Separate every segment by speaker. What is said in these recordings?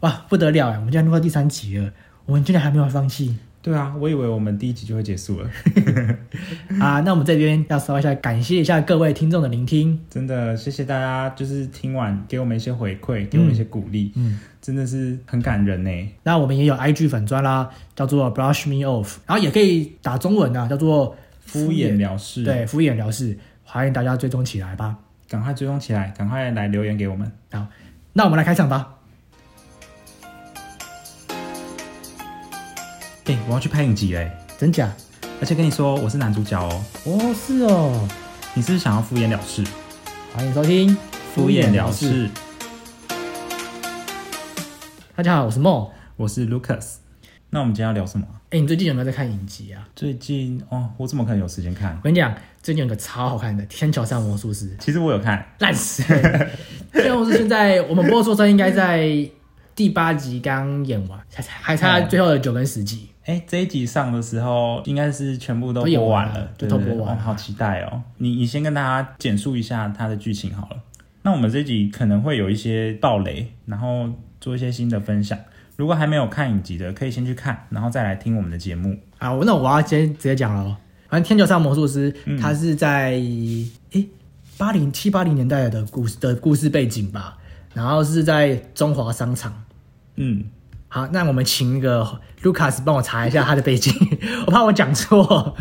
Speaker 1: 哇，不得了哎！我们居然录到第三集了，我们居然还没有放弃
Speaker 2: 对啊，我以为我们第一集就会结束了，
Speaker 1: 啊！那我们这边要稍微一下感谢一下各位听众的聆听，
Speaker 2: 真的谢谢大家，就是听完给我们一些回馈，给我们一些鼓励，
Speaker 1: 嗯，
Speaker 2: 真的是很感人欸呢。
Speaker 1: 那我们也有 IG 粉砖啦，叫做 Brush Me Off，然后也可以打中文啊，叫做
Speaker 2: 敷衍了事，，
Speaker 1: 对敷衍了事，欢迎大家追踪起来吧。
Speaker 2: 赶快追踪起来，赶快来留言给我们。
Speaker 1: 好，那我们来开场吧。
Speaker 2: 哎、我要去拍影集嘞，
Speaker 1: 真假？
Speaker 2: 而且跟你说我是男主角哦，
Speaker 1: 哦，是哦。
Speaker 2: 你是不是想要敷衍了事？
Speaker 1: 欢迎收听。
Speaker 2: 事，
Speaker 1: 大家好，我是梦。
Speaker 2: 我是 Lucas。那我们今天要聊什么啊？
Speaker 1: 哎、你最近有没有在看影集啊？
Speaker 2: 最近哦，我怎么可能有时间看
Speaker 1: 我？跟你讲，最近有个超好看的《天桥上魔术师》。
Speaker 2: 其实我有看，
Speaker 1: 烂死了！虽然我是现在我们播出的时候应该在第八集刚演完，还还差最后的九跟十集。
Speaker 2: 哎、这一集上的时候应该是全部都
Speaker 1: 都演
Speaker 2: 播
Speaker 1: 完
Speaker 2: 完了
Speaker 1: 了，
Speaker 2: 对
Speaker 1: 就都
Speaker 2: 对对
Speaker 1: 播完
Speaker 2: 哦好期待哦！你你先跟大家简述一下它的剧情好了。那我们这一集可能会有一些暴雷，然后做一些新的分享。如果还没有看影集的，可以先去看，然后再来听我们的节目。
Speaker 1: 啊，我那我要先直接讲了哦。反正《天桥上魔术师》
Speaker 2: 嗯
Speaker 1: 它是在诶八零七八零年代的故事的故事背景吧，然后是在中华商场。
Speaker 2: 嗯，
Speaker 1: 好，那我们请那个 Lucas 帮我查一下他的背景， 我怕我讲错。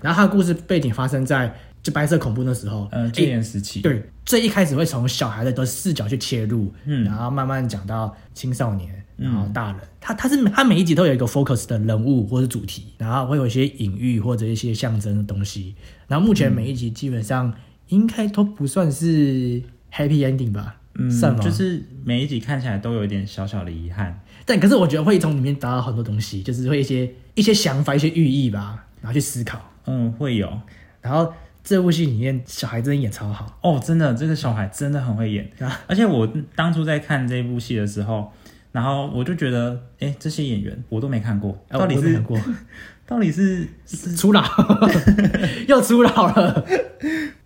Speaker 1: 然后他的故事背景发生在就白色恐怖那时候，
Speaker 2: 呃，戒严时期，
Speaker 1: 对，最一开始会从小孩的的视角去切入，
Speaker 2: 嗯
Speaker 1: 然后慢慢讲到青少年，然后大人，他他是他每一集都有一个 focus 的人物或者主题，然后会有一些隐喻或者一些象征的东西。然后目
Speaker 2: 嗯
Speaker 1: 前每一集基本上应该都不算是 happy ending 吧，
Speaker 2: 嗯
Speaker 1: 算，吗？
Speaker 2: 就是每一集看起来都有一点小小的遗憾。
Speaker 1: 但可是我觉得会从里面达到很多东西，就是会一些一些想法、一些寓意吧，然后去思考。
Speaker 2: 嗯，会有
Speaker 1: 然后这部戏里面小孩真的演超好，
Speaker 2: 哦，真的，这个小孩真的很 会演
Speaker 1: 啊。
Speaker 2: 而且我当初在看这部戏的时候，然后我就觉得，哎，这些演员我都没看过，
Speaker 1: 哎
Speaker 2: 到底
Speaker 1: 我都没
Speaker 2: 是
Speaker 1: 看过
Speaker 2: 到底是是
Speaker 1: 初老， 又初老了。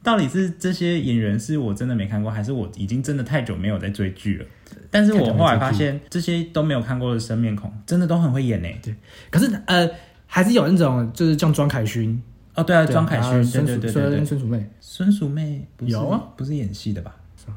Speaker 2: 到底是这些演员是我真的没看过，还是我已经真的太久没有在追剧了？但是
Speaker 1: 太久
Speaker 2: 我
Speaker 1: 没
Speaker 2: 后来
Speaker 1: 追
Speaker 2: 发
Speaker 1: 剧
Speaker 2: 现，这些都没有看过的生面孔，真的都很会演呢。
Speaker 1: 对，可是呃，还是有那种就是像庄凯勋、
Speaker 2: 哦，对啊，
Speaker 1: 对
Speaker 2: 庄凯
Speaker 1: 然后
Speaker 2: 勋，
Speaker 1: 孙
Speaker 2: 对
Speaker 1: 淑
Speaker 2: 对对对
Speaker 1: 孙
Speaker 2: 对，
Speaker 1: 孙淑妹，
Speaker 2: 孙淑妹不是
Speaker 1: 有啊
Speaker 2: 不是演戏的吧
Speaker 1: 是啊？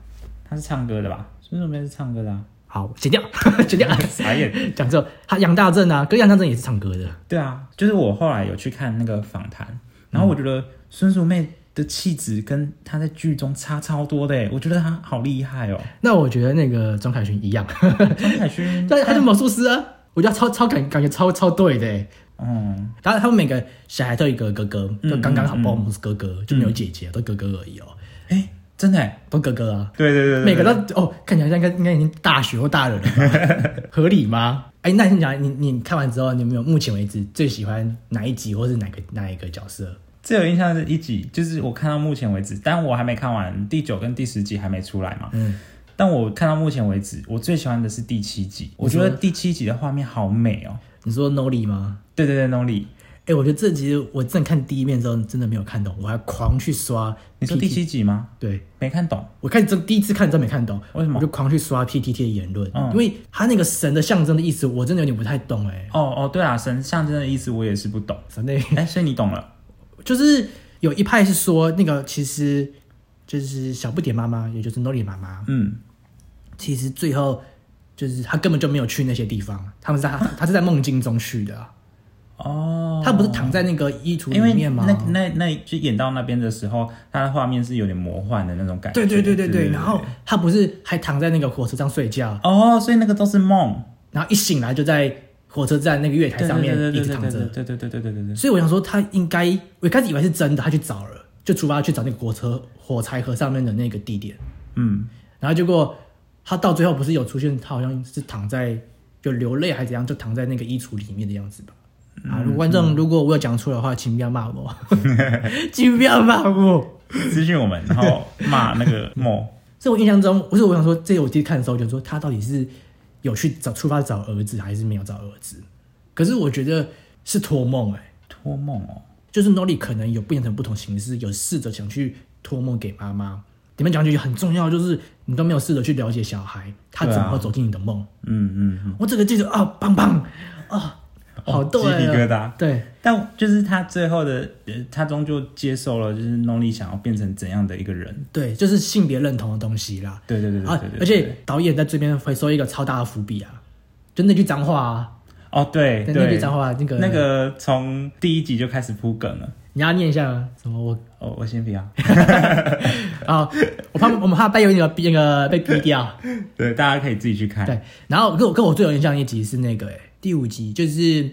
Speaker 2: 她是唱歌的吧？孙淑妹是唱歌的、啊，
Speaker 1: 好，剪掉， 剪掉，
Speaker 2: 傻眼。
Speaker 1: 讲错。他杨大正啊，跟杨大正也是唱歌的，
Speaker 2: 对啊，就是我后来有去看那个访谈，然后我觉得孙淑妹的气质跟她在剧中差超多的欸，我觉得她好厉害哦。
Speaker 1: 那我觉得那个庄凯勋一样，
Speaker 2: 张凯 勋，
Speaker 1: 但他是魔术师啊，我觉得超超感感觉超超对的欸。
Speaker 2: 嗯，
Speaker 1: 然后他们每个小孩都有一个哥哥，
Speaker 2: 嗯
Speaker 1: 就刚刚好，
Speaker 2: 嗯嗯
Speaker 1: 包我们是哥哥，就没有姐姐，都哥哥而已哦，
Speaker 2: 哎，真的欸，
Speaker 1: 都哥哥啊，
Speaker 2: 对对对对，
Speaker 1: 每个都哦，看起来像应该应该已经大学或大人了 吧，合理吗？哎，那你讲，你你看完之后，你有没有目前为止最喜欢哪一集，或是哪个哪一个角色？
Speaker 2: 最有印象的一集，就是我看到目前为止，但我还没看完第九跟第十集还没出来嘛。
Speaker 1: 嗯，
Speaker 2: 但我看到目前为止，我最喜欢的是第七集，我觉得第七集的画面好美哦。
Speaker 1: 你说 Noli 吗？
Speaker 2: 对对对，Noli，
Speaker 1: 哎、我觉得这集我真的看第一遍之后真的没有看懂，我还狂去刷。
Speaker 2: 你说第？七集吗？
Speaker 1: 对，
Speaker 2: 没看懂，
Speaker 1: 我看这第一次看真没看懂，
Speaker 2: 为什么
Speaker 1: 我就狂去刷 PTT 的言论，
Speaker 2: 嗯
Speaker 1: 因为他那个神的象征的意思，我真的有点不太懂哎、
Speaker 2: 哦哦，对啊，神象征的意思我也是不懂。
Speaker 1: 神的，
Speaker 2: 哎，所以你懂了，
Speaker 1: 就是有一派是说那个其实就是小不点妈妈，也就是 Nori 妈妈，
Speaker 2: 嗯，
Speaker 1: 其实最后就是她根本就没有去那些地方，他们是 她她是在梦境中去的啊，
Speaker 2: 哦，
Speaker 1: 她不是躺在那个衣橱
Speaker 2: 因为
Speaker 1: 里面吗？
Speaker 2: 那那那就演到那边的时候，它的画面是有点魔幻的那种感觉。
Speaker 1: 对对对对对，然后她不是还躺在那个火车上睡觉，
Speaker 2: 哦，所以那个都是梦，
Speaker 1: 然后一醒来就在火车站那个月台上面
Speaker 2: 对
Speaker 1: 一
Speaker 2: 对
Speaker 1: 直
Speaker 2: 对
Speaker 1: 躺
Speaker 2: 对
Speaker 1: 着。
Speaker 2: 对对对对对对对对。
Speaker 1: 所以我想说，他应该我一开始以为是真的，他去找了，就出发去找那个火车火柴盒上面的那个地点，
Speaker 2: 嗯，
Speaker 1: 然后结果他到最后不是有出现，他好像是躺在就流泪还是怎样，就躺在那个衣橱里面的样子吧。啊，如果观众如果我有讲错的话，请不要骂我，请不要骂我。
Speaker 2: 咨询我们，然后骂那个梦。
Speaker 1: 所以我印象中，不是我想说，这我第一次看的时候，就说他到底是有去找出发找儿子，还是没有找儿子？可是我觉得是 托梦哎、
Speaker 2: 托梦哦，
Speaker 1: 就是 Nolly 可能有变成不同形式，有试着想去托梦给妈妈，里面讲一句很重要，就是你都没有试着去了解小孩，他怎么会走进你的梦。
Speaker 2: 嗯嗯嗯，
Speaker 1: 我整个记得啊，棒棒啊，好
Speaker 2: 哦鸡
Speaker 1: 对
Speaker 2: 皮疙
Speaker 1: 啊，
Speaker 2: 瘩。
Speaker 1: 对，
Speaker 2: 但就是他最后的，呃，他终究接受了，就是诺丽想要变成怎样的一个人。
Speaker 1: 对，就是性别认同的东西啦。
Speaker 2: 对对对对
Speaker 1: 啊
Speaker 2: 对对，
Speaker 1: 而且导演在这边会收一个超大的伏笔啊，就那句脏话啊，
Speaker 2: 哦，对
Speaker 1: 对那句
Speaker 2: 对，
Speaker 1: 脏话，那个
Speaker 2: 那，个从第一集就开始铺梗了。
Speaker 1: 你要念一下吗？什么 我
Speaker 2: 哦，我先不要。
Speaker 1: 啊，我怕我们怕被有那个那个被逼掉。
Speaker 2: 对，大家可以自己去看。
Speaker 1: 对，然后跟我跟我最有印象的一集是那个、欸、第五集，就是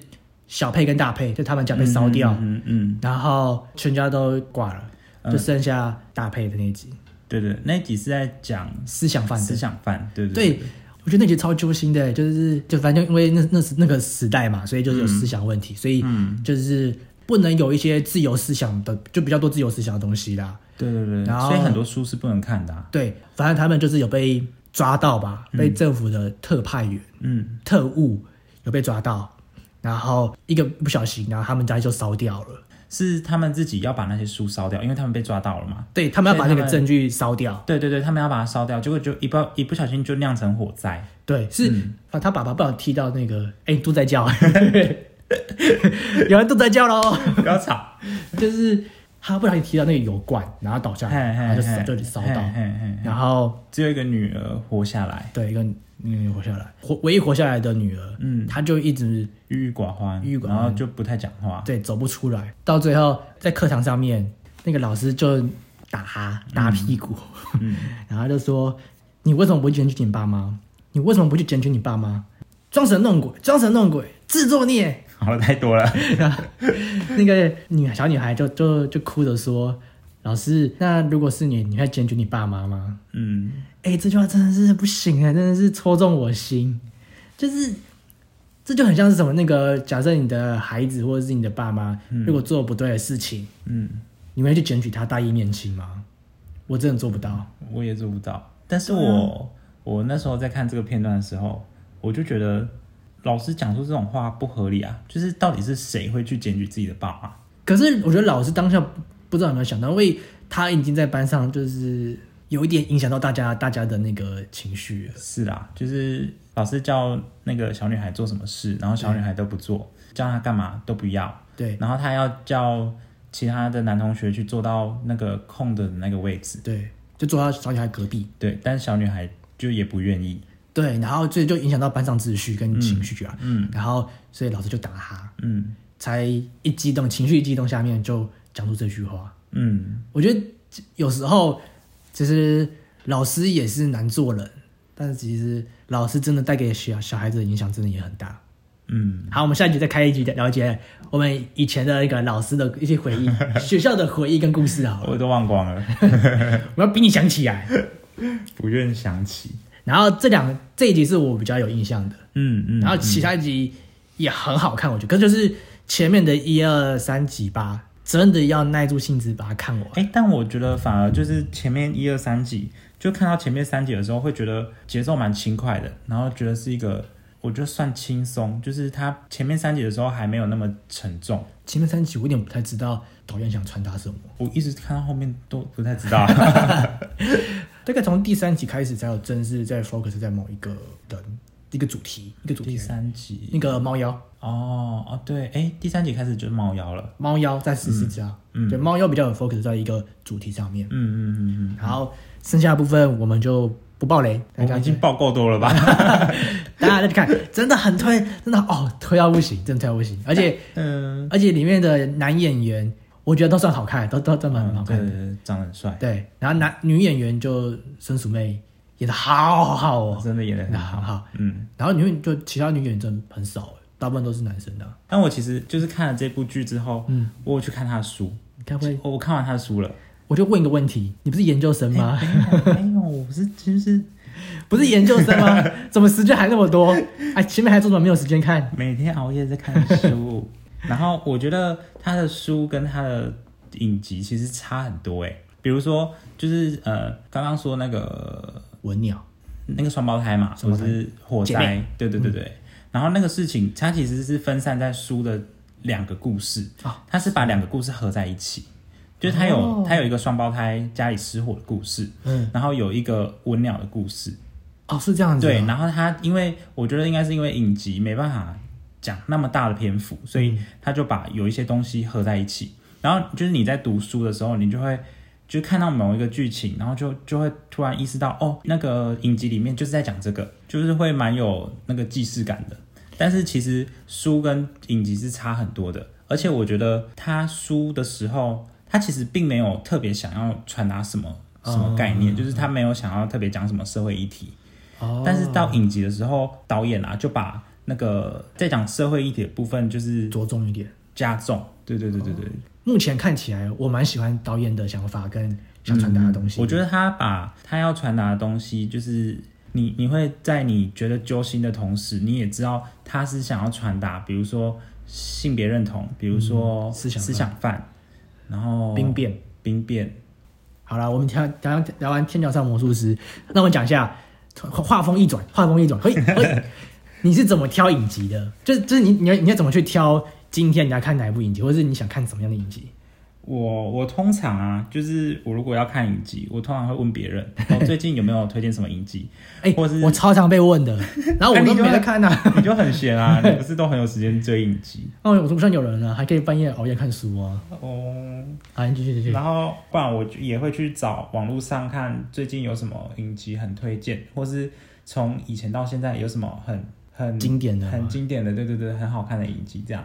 Speaker 1: 小佩跟大佩，就他们家被烧掉，
Speaker 2: 嗯嗯嗯，
Speaker 1: 然后全家都挂了，
Speaker 2: 嗯
Speaker 1: 就剩下大佩的那一集、
Speaker 2: 对对，那一集是在讲
Speaker 1: 思想犯
Speaker 2: 思
Speaker 1: 罪。
Speaker 2: 想犯，对对
Speaker 1: 对，我觉得那集超揪心的、欸就是就反正因为那那时那个时代嘛，所以就是有思想问题，所以就是不能有一些自由思想的，就比较多自由思想的东西啦。
Speaker 2: 对对对，
Speaker 1: 然后
Speaker 2: 所以很多书是不能看的啊、
Speaker 1: 对，反正他们就是有被抓到吧，被政府的特派员。
Speaker 2: 嗯，
Speaker 1: 特务有被抓到，然后一个不小心，然后他们家就烧掉了。
Speaker 2: 是他们自己要把那些书烧掉，因为他们被抓到了嘛。
Speaker 1: 对他们要把那
Speaker 2: 所以
Speaker 1: 个
Speaker 2: 他们
Speaker 1: 证据烧掉。
Speaker 2: 对对对，他们要把它烧掉，结果就一不一不小心就酿成火灾。
Speaker 1: 对，是、啊，他爸爸不小心踢到那个，哎、都在叫， 有人都在叫喽，
Speaker 2: 不要吵，
Speaker 1: 就是他不小心踢到那个油罐，然后倒下
Speaker 2: 嘿
Speaker 1: 来，然后就烧
Speaker 2: 嘿
Speaker 1: 就
Speaker 2: 嘿
Speaker 1: 烧
Speaker 2: 嘿
Speaker 1: 到，
Speaker 2: 嘿嘿
Speaker 1: 然后
Speaker 2: 只有一个女儿活下来，
Speaker 1: 对一个女儿活下来，活唯一活下来的女儿，嗯，她就一直
Speaker 2: 郁郁寡欢，
Speaker 1: 郁郁寡欢
Speaker 2: 然后就不太讲话。
Speaker 1: 对走不出来，到最后在课堂上面，那个老师就打他打屁股，
Speaker 2: 嗯
Speaker 1: 然后他就说：“你为什么不去检举你爸妈？你为什么不去检举你爸妈？装神弄鬼，装神弄鬼，自作孽
Speaker 2: 好了，太多了。！”
Speaker 1: 那个女小女孩就就就哭着说：“老师，那如果是你，你会检举你爸妈吗
Speaker 2: 嗯，？”
Speaker 1: 哎，这句话真的是不行啊，真的是戳中我心，就是。这就很像是什么那个，假设你的孩子或者是你的爸妈，如果做了不对的事情，
Speaker 2: 嗯，
Speaker 1: 你会去检举他大义灭亲吗？我真的做不到。
Speaker 2: 我也做不到。但是我、我那时候在看这个片段的时候，我就觉得老师讲出这种话不合理啊，就是到底是谁会去检举自己的爸妈？
Speaker 1: 可是我觉得老师当下不知道有没有想到，因为他已经在班上就是有一点影响到大家大家的那个情绪了。
Speaker 2: 是啦，就是老师叫那个小女孩做什么事，然后小女孩都不做，叫她干嘛都不要，
Speaker 1: 对
Speaker 2: 然后她要叫其他的男同学去坐到那个空的那个位置，
Speaker 1: 对，就坐到小女孩隔壁。
Speaker 2: 对，但是小女孩就也不愿意，
Speaker 1: 对，然后这就影响到班上秩序跟情绪啊。嗯，然后所以老师就打他，
Speaker 2: 嗯
Speaker 1: 才一激动，情绪一激动，下面就讲出这句话。
Speaker 2: 嗯，
Speaker 1: 我觉得有时候其实老师也是难做人，但是其实老师真的带给小小孩子的影响真的也很大。
Speaker 2: 嗯，
Speaker 1: 好，我们下一集再开一集了解我们以前的那个老师的一些回忆，学校的回忆跟故事 好了，
Speaker 2: 我都忘光了，
Speaker 1: 我要逼你想起来。
Speaker 2: 不愿想起。
Speaker 1: 然后这两这一集是我比较有印象的，
Speaker 2: 嗯嗯，
Speaker 1: 然后其他一集也很好看，我觉得，可是就是前面的一二三集吧，真的要耐住性子把它看完。
Speaker 2: 哎、但我觉得反而就是前面一二三集，就看到前面三集的时候，会觉得节奏蛮轻快的，然后觉得是一个，我觉得算轻松，就是它前面三集的时候还没有那么沉重。
Speaker 1: 前面三集我有点不太知道导演想传达什么，
Speaker 2: 我一直看到后面都不太知 道，
Speaker 1: 大概从第三集开始才有正式在 focus 在某一个人一个主题一个主
Speaker 2: 第
Speaker 1: 题，
Speaker 2: 三
Speaker 1: 那
Speaker 2: 集
Speaker 1: 个猫妖
Speaker 2: 哦哦对，哎、第三集开始就是猫妖了，
Speaker 1: 猫妖在十四家，
Speaker 2: 嗯嗯
Speaker 1: 对猫妖比较有 focus 在一个主题上面，
Speaker 2: 嗯嗯嗯
Speaker 1: 然后剩下的部分我们就不爆雷，大
Speaker 2: 嗯，我
Speaker 1: 家
Speaker 2: 们已经爆够多了吧？
Speaker 1: 大家再去看，真的很推，真的哦推到不行，真的推到不行，而且
Speaker 2: 嗯，
Speaker 1: 而且里面的男演员我觉得都算好看，都都都蛮好
Speaker 2: 对
Speaker 1: 看的，
Speaker 2: 对对，长得很帅，
Speaker 1: 嗯对，然后男女演员就申淑妹演的好好哦，
Speaker 2: 真的演的
Speaker 1: 真的
Speaker 2: 很
Speaker 1: 好
Speaker 2: 好，
Speaker 1: 好，
Speaker 2: 嗯。
Speaker 1: 然后女演就其他女演员真的很少，大部分都是男生的，
Speaker 2: 但我其实就是看了这部剧之后，嗯，我有去看他的书，
Speaker 1: 该不会
Speaker 2: 我我看完他的书了。
Speaker 1: 我就问一个问题，你不是研究生吗？
Speaker 2: 没有，我是就是
Speaker 1: 不是研究生 吗？怎么时间还那么多？哎，前面还做什么没有时间看？
Speaker 2: 每天熬夜在看书， 然后我觉得他的书跟他的影集其实差很多诶、哎比如说就是呃刚刚说那个
Speaker 1: 文鸟，
Speaker 2: 那个双胞胎嘛，
Speaker 1: 双
Speaker 2: 不
Speaker 1: 胞胎
Speaker 2: 是火
Speaker 1: 姐
Speaker 2: 灾
Speaker 1: 妹，嗯
Speaker 2: 对对对对。然后那个事情，它其实是分散在书的两个故事
Speaker 1: 啊，
Speaker 2: 它是把两个故事合在一起。就是他有
Speaker 1: 哦
Speaker 2: 他有一个双胞胎家里失火的故事，
Speaker 1: 嗯，
Speaker 2: 然后有一个文鸟的故事，
Speaker 1: 哦，是这样子、
Speaker 2: 对，
Speaker 1: 啊，
Speaker 2: 然后他因为我觉得应该是因为影集没办法讲那么大的篇幅，所以
Speaker 1: 嗯
Speaker 2: 他就把有一些东西合在一起。然后就是你在读书的时候，你就会就看到某一个剧情，然后就就会突然意识到，哦，那个影集里面就是在讲这个，就是会蛮有那个既视感的。但是其实书跟影集是差很多的，而且我觉得他书的时候，他其实并没有特别想要传达什么什么概
Speaker 1: 嗯
Speaker 2: 念，就是他没有想要特别讲什么社会议题。
Speaker 1: 哦，
Speaker 2: 但是到影集的时候，导演啊就把那个在讲社会议题的部分就是
Speaker 1: 着重一点。
Speaker 2: 加重，对对对对对，
Speaker 1: 目前看起来，我蛮喜欢导演的想法跟想传达的东西。
Speaker 2: 嗯我觉得他把他要传达的东西，就是你你会在你觉得揪心的同时，你也知道他是想要传达，比如说性别认同，比如说
Speaker 1: 嗯思想犯
Speaker 2: 思想犯，然后
Speaker 1: 兵变。
Speaker 2: 兵变，
Speaker 1: 好了，我们聊聊聊完《天桥上魔术师》，那我们讲一下画风一转，画风一转，嘿，嘿 你是怎么挑影集的？就是就是你你要你要怎么去挑今天你要看哪一部影集，或者是你想看什么样的影集？
Speaker 2: 我我通常啊，就是我如果要看影集，我通常会问别人， 哦，最近有没有推荐什么影 集？
Speaker 1: 哎、
Speaker 2: 或是
Speaker 1: 我超常被问 的，然后我
Speaker 2: 啊
Speaker 1: 都
Speaker 2: 你就
Speaker 1: 没
Speaker 2: 会
Speaker 1: 在看呐、啊。
Speaker 2: 你就很闲啊，你不是都很有时间追影集？
Speaker 1: 哦，我说不算有人啊，还可以半夜熬夜看书啊。
Speaker 2: 哦，
Speaker 1: 啊，你继续继续。
Speaker 2: 然后不然我也会去找网络上看最近有什么影集很推荐，或是从以前到现在有什么很很
Speaker 1: 经典的吗
Speaker 2: 很经典的，对对对，很好看的影集这样。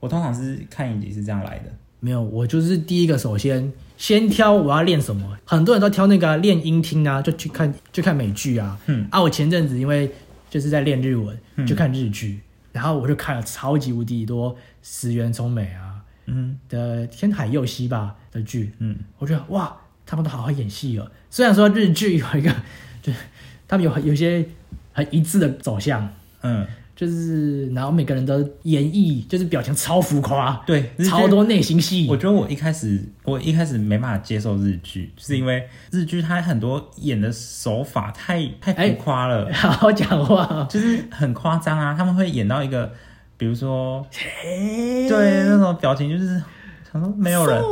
Speaker 2: 我通常是看影集是这样来的，
Speaker 1: 没有，我就是第一个，首先先挑我要练什么。很多人都挑那个啊练音听啊，就去看就看美剧啊。
Speaker 2: 嗯
Speaker 1: 啊，我前阵子因为就是在练日文，就看日剧，然后我就看了超级无敌多石原聪美啊
Speaker 2: 嗯
Speaker 1: 的天海佑希吧的剧，
Speaker 2: 嗯，
Speaker 1: 我觉得哇，他们都好好演戏哦。虽然说日剧有一个， 就是他们有有一些很一致的走向，
Speaker 2: 嗯，
Speaker 1: 就是然后每个人的演绎就是表情超浮夸，
Speaker 2: 对，日剧
Speaker 1: 超。多内心戏
Speaker 2: 我。觉得我一开始我一开始没办法接受日剧，是因为日剧它很多演的手法太太
Speaker 1: 哎
Speaker 2: 浮夸了。
Speaker 1: 好好讲话，
Speaker 2: 就是很夸张啊，他们会演到一个，比如说，
Speaker 1: 对
Speaker 2: 对那种表情，就是想说没有人，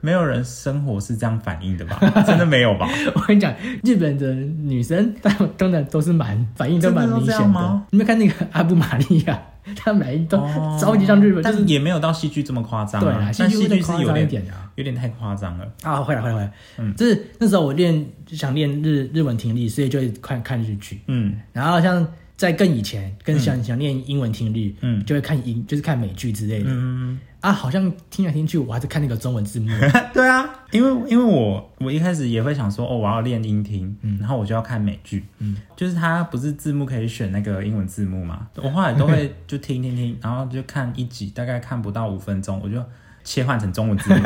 Speaker 2: 没有人生活是这样反应的吧？ 真的没有 吧？
Speaker 1: 我跟你讲，日本的女生，她们当然都是蛮反应都蛮明
Speaker 2: 真的都这
Speaker 1: 显
Speaker 2: 样
Speaker 1: 的
Speaker 2: 吗。
Speaker 1: 你们看那个阿布玛利亚， 她每一都
Speaker 2: 哦
Speaker 1: 超级像日本，就
Speaker 2: 但
Speaker 1: 是
Speaker 2: 是也没有到戏剧这么夸张、
Speaker 1: 对
Speaker 2: 啊
Speaker 1: 啦，
Speaker 2: 但
Speaker 1: 戏剧
Speaker 2: 戏
Speaker 1: 会再
Speaker 2: 剧
Speaker 1: 夸
Speaker 2: 是
Speaker 1: 张
Speaker 2: 有
Speaker 1: 一
Speaker 2: 点
Speaker 1: 点啊。
Speaker 2: 有点太夸张了。
Speaker 1: 啊，会了会了会了，
Speaker 2: 嗯
Speaker 1: 就是那时候我练想练日日文听力，所以就会看看日剧。
Speaker 2: 嗯
Speaker 1: 然后像在更以前，更想、想练英文听力，
Speaker 2: 嗯
Speaker 1: 就会看英就是看美剧之类的。
Speaker 2: 嗯，
Speaker 1: 啊，好像听来听去，我还是看那个中文字幕。
Speaker 2: 对啊，因为因为我我一开始也会想说，哦，我要练音听，然后我就要看美剧，
Speaker 1: 嗯
Speaker 2: 就是它不是字幕可以选那个英文字幕嘛，我后来 都会就听听听，然后就看一集，大概看不到五分钟，我就切换成中文 字幕。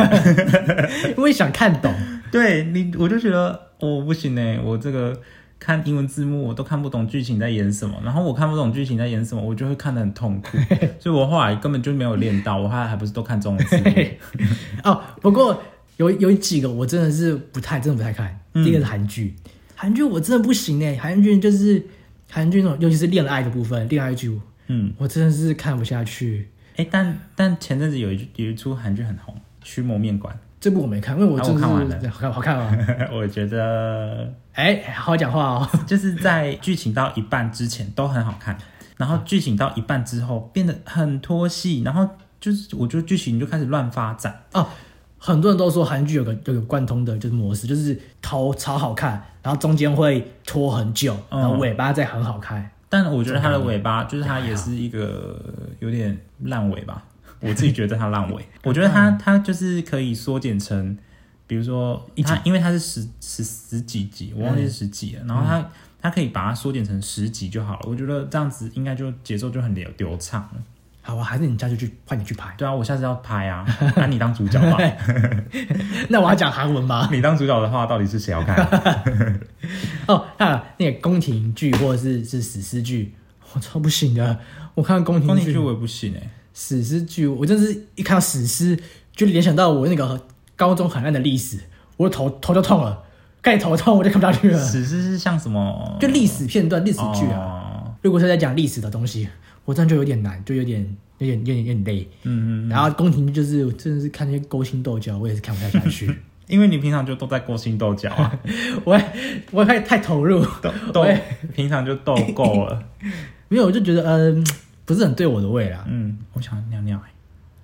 Speaker 1: 因为想看懂，
Speaker 2: 对你，我就觉得我、哦不行呢、我这个看英文字幕我都看不懂剧情在演什么，然后我看不懂剧情在演什么，我就会看得很痛苦，所以我后来根本就没有练到，我后来还不是都看中文字幕。
Speaker 1: 哦，不过有有几个我真的是不太，真的不太看。
Speaker 2: 嗯
Speaker 1: 第一个是韩剧，韩剧我真的不行哎、韩剧就是韩剧那种，尤其是恋爱的部分，恋爱剧
Speaker 2: 嗯，
Speaker 1: 我真的是看不下去。
Speaker 2: 哎、但但前阵子有一句有一出韩剧很红，《驱魔面馆
Speaker 1: 这部我没看，因为我
Speaker 2: 啊
Speaker 1: 真的是、
Speaker 2: 我看完了
Speaker 1: 好看好看 吗？》，
Speaker 2: 我觉得
Speaker 1: 哎、好好讲话哦。
Speaker 2: 就是在剧情到一半之前都很好看，然后剧情到一半之后变得很拖戏，然后就是我觉得剧情就开始乱发展。
Speaker 1: 哦，很多人都说韩剧有个有个贯通的就是模式，就是头超好看，然后中间会拖很久，
Speaker 2: 嗯
Speaker 1: 然后尾巴再很好看。
Speaker 2: 但我觉得它的尾巴，就是它也是一个有点烂尾 吧，我自己觉得它烂尾。我觉得它
Speaker 1: 嗯
Speaker 2: 它就是可以缩减成，比如说它，因为它是十十十几集，我
Speaker 1: 嗯
Speaker 2: 忘记是十几了，然后它它可以把它缩减成十集就好了。我觉得这样子应该就节奏就很流流畅了。
Speaker 1: 好啊，还是你下次去换你去拍。
Speaker 2: 对啊，我下次要 拍啊，那你当主角吧。
Speaker 1: 那我要讲韩文吗？
Speaker 2: 你当主角的话，到底是谁 要看？
Speaker 1: 哦，那那个宫廷剧或者是是史诗剧，我超不行的。我看宫
Speaker 2: 宫
Speaker 1: 廷
Speaker 2: 廷剧
Speaker 1: 剧、
Speaker 2: 我也不行哎、
Speaker 1: 史诗剧，我真是一看到史诗就联想到我那个高中很烂的历史，我的头头就痛了，盖头痛我就看不下去了。
Speaker 2: 史诗是像什么？
Speaker 1: 嗯就历史片段、历史剧啊，
Speaker 2: 哦
Speaker 1: 如果是在讲历史的东西，我真的就有点难，就有点有点有点有点累。
Speaker 2: 嗯嗯，
Speaker 1: 然后宫廷剧就是我真的是看那些勾心斗角，我也是看不太下 去，
Speaker 2: 因为你平常就都在勾心斗角啊，
Speaker 1: 我也我也太太投入，
Speaker 2: 斗斗
Speaker 1: 喂
Speaker 2: 平常就斗够了。
Speaker 1: 没有我就觉得嗯、不是很对我的胃啦。
Speaker 2: 嗯，我想尿尿、欸。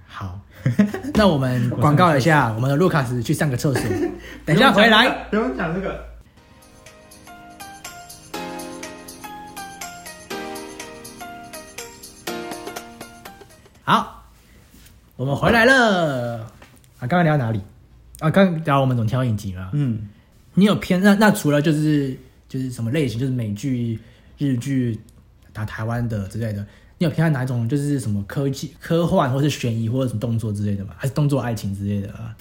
Speaker 1: 好， 那我们广告一下，我们的卢卡斯去上个厕 所，等一下回来。
Speaker 2: 不用讲这个。
Speaker 1: 好，我们回来了。啊，刚刚聊到哪里？啊，刚刚聊我们怎么挑影集嘛。
Speaker 2: 嗯，
Speaker 1: 你有偏那那除了就是就是什么类型，就是美剧、日剧、打台湾的之类的，你有偏爱哪一种？就是什么科技、科幻，或是悬疑，或者什么动作之类的吗？还是动作爱情之类的啊？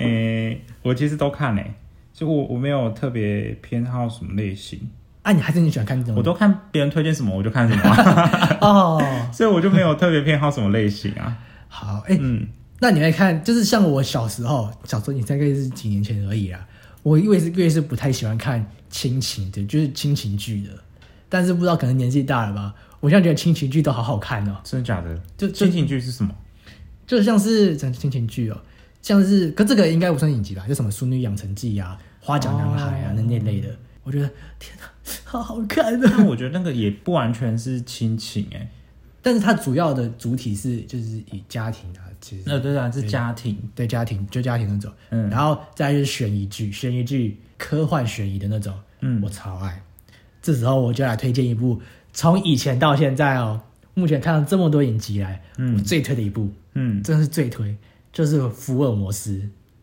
Speaker 2: 诶、我其实都看诶、就我我没有特别偏好什么类型，
Speaker 1: 啊，你还是你喜欢看这种？
Speaker 2: 我都看别人推荐什么我就看什么啊、
Speaker 1: 哦，
Speaker 2: 所以我就没有特别偏好什么类型啊。
Speaker 1: 好，哎、
Speaker 2: 嗯，
Speaker 1: 那你来看，就是像我小时候，小时候你大概是几年前而已啦。我因为是因为是不太喜欢看亲情的，就是亲情剧的，但是不知道可能年纪大了吧，我现在觉得亲情剧都好好看哦，
Speaker 2: 真的假的？
Speaker 1: 就就
Speaker 2: 亲情剧是什么？
Speaker 1: 就像是讲亲情剧哦，像是可这个应该不算影集吧，就什么《淑女养成记》啊，《花甲男孩啊》那那类的，我觉得天哪，好好看啊！
Speaker 2: 但我觉得那个也不完全是亲情诶、
Speaker 1: 但是它主要的主体是就是以家庭啊，其实
Speaker 2: 那对啊，是家庭。
Speaker 1: 对家庭，就家庭那种，
Speaker 2: 嗯
Speaker 1: 然后再来就是悬疑剧，悬疑剧科幻悬疑的那种，
Speaker 2: 嗯
Speaker 1: 我超爱。这时候我就来推荐一部，从以前到现在哦，目前看了这么多影集来，
Speaker 2: 嗯
Speaker 1: 我最推的一部，
Speaker 2: 嗯，
Speaker 1: 真的是最推，就是《福尔摩斯》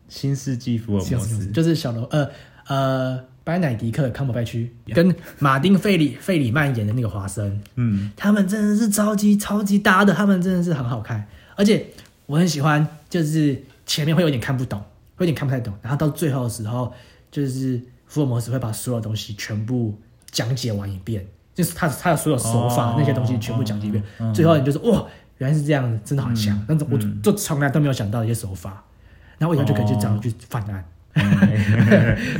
Speaker 2: 新世纪福尔摩斯。
Speaker 1: 就是小罗呃呃班乃迪克康伯拜区跟马丁费里费里曼演的那个华生，
Speaker 2: 嗯，
Speaker 1: 他们真的是超级超级搭的，他们真的是很好看，而且我很喜欢，就是前面会有点看不懂，会有点看不太懂，然后到最后的时候，就是福尔摩斯会把所有东西全部讲解完一遍，就是他他的所有手法、
Speaker 2: 哦
Speaker 1: 那些东西全部讲解一遍，
Speaker 2: 嗯嗯
Speaker 1: 最后你就说哇，原来是这样子，真的好强，那种我就
Speaker 2: 嗯
Speaker 1: 就从来都没有想到的一些手法，然后我以后就可以去这样去犯案，
Speaker 2: 哦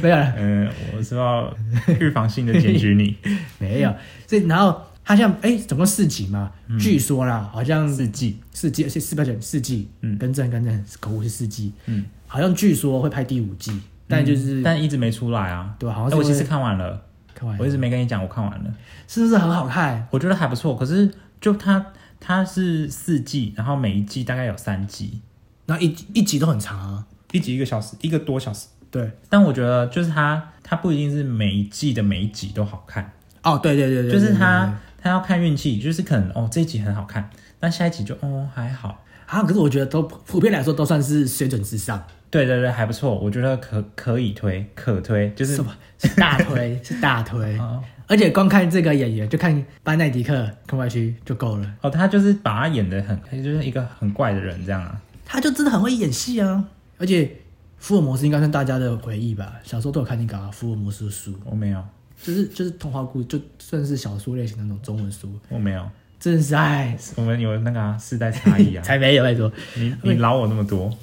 Speaker 1: 没有了。
Speaker 2: 嗯，我是要预防性的检举你。
Speaker 1: 没有，所以然后他像哎，总共四集嘛，据说啦，好像
Speaker 2: 四季，
Speaker 1: 嗯四季是四百九四季，
Speaker 2: 嗯
Speaker 1: 更正更正，口误是四季，
Speaker 2: 嗯，
Speaker 1: 好像据说会拍第五季，但就是、
Speaker 2: 但一直没出来啊。
Speaker 1: 对吧？好
Speaker 2: 哎
Speaker 1: 像
Speaker 2: 我
Speaker 1: 是因
Speaker 2: 其
Speaker 1: 为
Speaker 2: 实看完了，
Speaker 1: 看完了
Speaker 2: 我一直没跟你讲，我看完了，
Speaker 1: 是不是很好看？
Speaker 2: 我觉得还不错。可是就它它是四季，然后每一季大概有三集，
Speaker 1: 然后一一集都很长啊，
Speaker 2: 一集一个小时，一个多小时。
Speaker 1: 对，
Speaker 2: 但我觉得就是它它不一定是每一季的每一集都好看，
Speaker 1: 哦，对对对对，
Speaker 2: 就是
Speaker 1: 他
Speaker 2: 它它要看运气，就是可能哦这一集很好看，那下一集就哦还好。
Speaker 1: 啊，可是我觉得都普遍来说都算是水准之上，
Speaker 2: 对对对，还不错，我觉得可可以推，可推，就是
Speaker 1: 什么 是大 推是大推
Speaker 2: 哦，
Speaker 1: 而且光看这个演员就看班奈迪克康伯区就够了，
Speaker 2: 哦，他就是把他演的很，就是一个很怪的人这样啊。
Speaker 1: 他就真的很会演戏啊，而且。福尔摩斯应该算大家的回忆吧，小时候都有看那个、啊《福尔摩斯》书，
Speaker 2: 我没有，
Speaker 1: 就是就是童话故，就算是小说类型的那种中文书，
Speaker 2: 我没有，
Speaker 1: 真是哎，
Speaker 2: 我们有那个、啊、世代差异 啊。
Speaker 1: 才没有拜托，
Speaker 2: 你你老我那么多，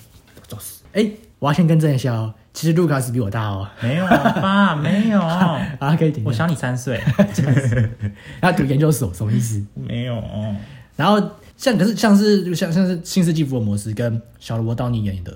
Speaker 1: 就是哎、我要先更正一下哦，其实卢卡斯比我大哦，
Speaker 2: 没有爸，没 有，
Speaker 1: 啊，可以点
Speaker 2: 我
Speaker 1: 一下，
Speaker 2: 小你三岁，
Speaker 1: 他读研究所什么意思？
Speaker 2: 没有。
Speaker 1: 然后像可是像是像像是《新世纪福尔摩斯》跟小罗伯·道尼演的，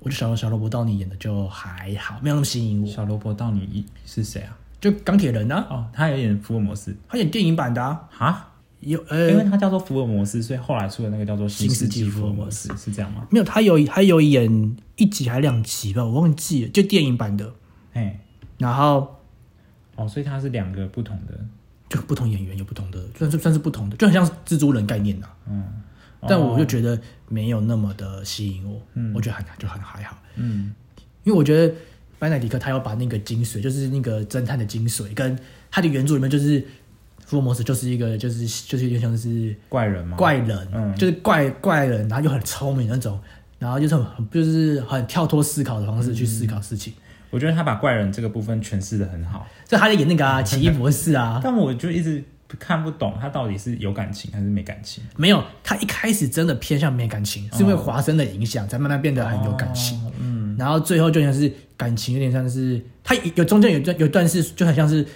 Speaker 1: 我就小小罗伯·道尼演的就还好，没有那么吸引我，
Speaker 2: 小萝卜到你是谁啊？
Speaker 1: 就钢铁人啊，
Speaker 2: 哦，他有演福尔摩斯
Speaker 1: 他演电影版的啊，
Speaker 2: 啊，
Speaker 1: 有
Speaker 2: 因为
Speaker 1: 呃
Speaker 2: 他叫做福尔摩斯，所以后来出的那个叫做新世纪福尔摩斯，是这样吗？
Speaker 1: 没有，他有他有演一集还两集吧，我忘记了，就电影版的，
Speaker 2: 哎，
Speaker 1: 然后。
Speaker 2: 哦，所以他是两个不同的，
Speaker 1: 就不同演员有不同的，算是算是不同的，就很像蜘蛛人概念呐、
Speaker 2: 嗯，
Speaker 1: 但
Speaker 2: 哦
Speaker 1: 我就觉得没有那么的吸引我，我觉得还就很还好，
Speaker 2: 嗯
Speaker 1: 因为我觉得班乃迪克他要把那个精髓，就是那个侦探的精髓，跟他的原著里面就是福尔摩斯就是一个就是就是有点像是
Speaker 2: 怪人吗？
Speaker 1: 怪人，
Speaker 2: 嗯
Speaker 1: 就是怪怪人，然后又很聪明那种，然后就是很很就是很跳脱思考的方式去思考事情，
Speaker 2: 我觉得他把怪人这个部分诠释的很好。
Speaker 1: 所以他在演那个啊奇异博士啊，
Speaker 2: 但我就一直看不懂他到底是有感情还是没感情。
Speaker 1: 没有，他一开始真的偏向没感情，是因为华生的影响，才慢慢变得很有感情。
Speaker 2: 哦嗯
Speaker 1: 然后最后就像是感情有点像是他有中间有一段有一段是就很像是